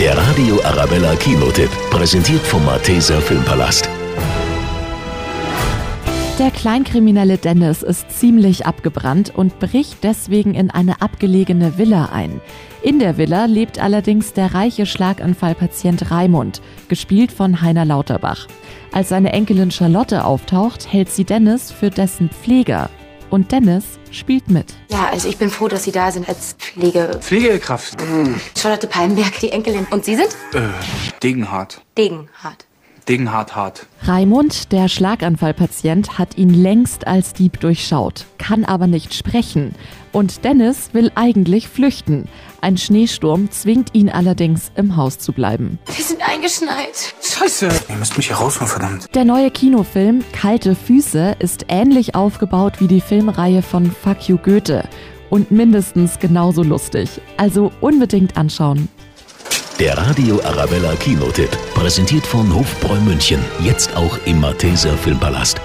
Der Radio Arabella Kinotipp, präsentiert vom Malteser Filmpalast. Der Kleinkriminelle Dennis ist ziemlich abgebrannt und bricht deswegen in eine abgelegene Villa ein. In der Villa lebt allerdings der reiche Schlaganfallpatient Raimund, gespielt von Heiner Lauterbach. Als seine Enkelin Charlotte auftaucht, hält sie Dennis für dessen Pfleger. Und Dennis spielt mit. Ja, also ich bin froh, dass Sie da sind als Pflege. Pflegekraft. Charlotte Palmberg, die Enkelin. Und Sie sind? Äh, Degenhardt. Degenhardt. Degenhardt hart. Raimund, der Schlaganfallpatient, hat ihn längst als Dieb durchschaut, kann aber nicht sprechen. Und Dennis will eigentlich flüchten. Ein Schneesturm zwingt ihn allerdings, im Haus zu bleiben. Wir sind eingeschneit. Scheiße. Ihr müsst mich hier rausholen, verdammt. Der neue Kinofilm Kalte Füße ist ähnlich aufgebaut wie die Filmreihe von Fuck You Goethe und mindestens genauso lustig. Also unbedingt anschauen. Der Radio Arabella Kinotipp, präsentiert von Hofbräu München, jetzt auch im Malteser Filmpalast.